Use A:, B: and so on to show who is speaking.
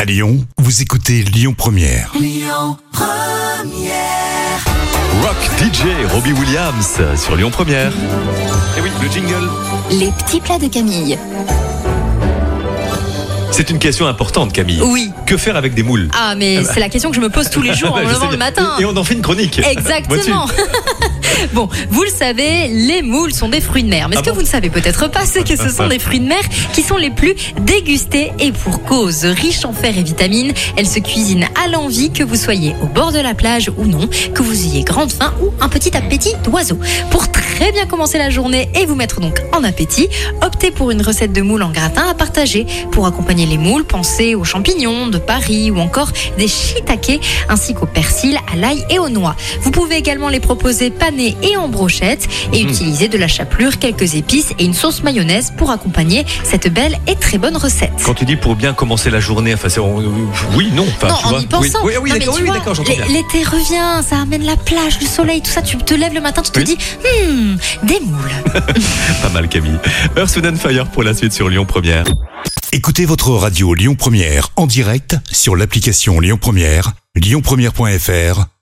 A: À Lyon, vous écoutez Lyon Première.
B: Rock DJ Robbie Williams sur Lyon Première. Et Eh oui, le jingle.
C: Les petits plats de Camille.
B: C'est une question importante, Camille.
C: Oui.
B: Que faire avec des moules
C: Ah, mais c'est la question que je me pose tous les jours en
B: Ouais,
C: me
B: Eh ben. je sais
C: levant le
B: bien.
C: matin.
B: Et et on en fait une chronique.
C: Exactement.
B: Vois-tu
C: bon, vous le savez, les moules sont des fruits de mer. Mais ce
B: Ah
C: que
B: bon
C: vous ne savez peut-être pas, c'est que ce sont des fruits de mer qui sont les plus dégustés et pour cause. Riches en fer et vitamines, elles se cuisinent à l'envie que vous soyez au bord de la plage ou non, que vous ayez grande faim ou un petit appétit d'oiseau. Pour très bien commencer la journée et vous mettre donc en appétit, optez pour une recette de moules en gratin à partager. Pour accompagner les moules, pensez aux champignons de Paris ou encore des shiitake ainsi qu'au persil, à l'ail et aux noix. Vous pouvez également les proposer panés et en brochette
B: Mmh.
C: et utiliser de la chapelure, quelques épices et une sauce mayonnaise pour accompagner cette belle et très bonne recette.
B: Quand tu dis pour bien commencer la journée, enfin, c'est- on- euh, oui, non, enfin,
C: non,
B: tu
C: en
B: vois.
C: y pensant.
B: Oui, oui, oui, d'accord,
C: Non, mais tu
B: oui,
C: vois,
B: d'accord, j'entends bien.
C: l'é- L'été revient, ça amène la plage, le soleil, tout ça. Tu te lèves le matin, tu te
B: Oui.
C: dis, hmm, des moules.
B: Pas mal, Camille. Earth, Wind and Fire pour la suite sur Lyon Première.
A: Écoutez votre radio Lyon Première en direct sur l'application Lyon Première, lyonpremière.fr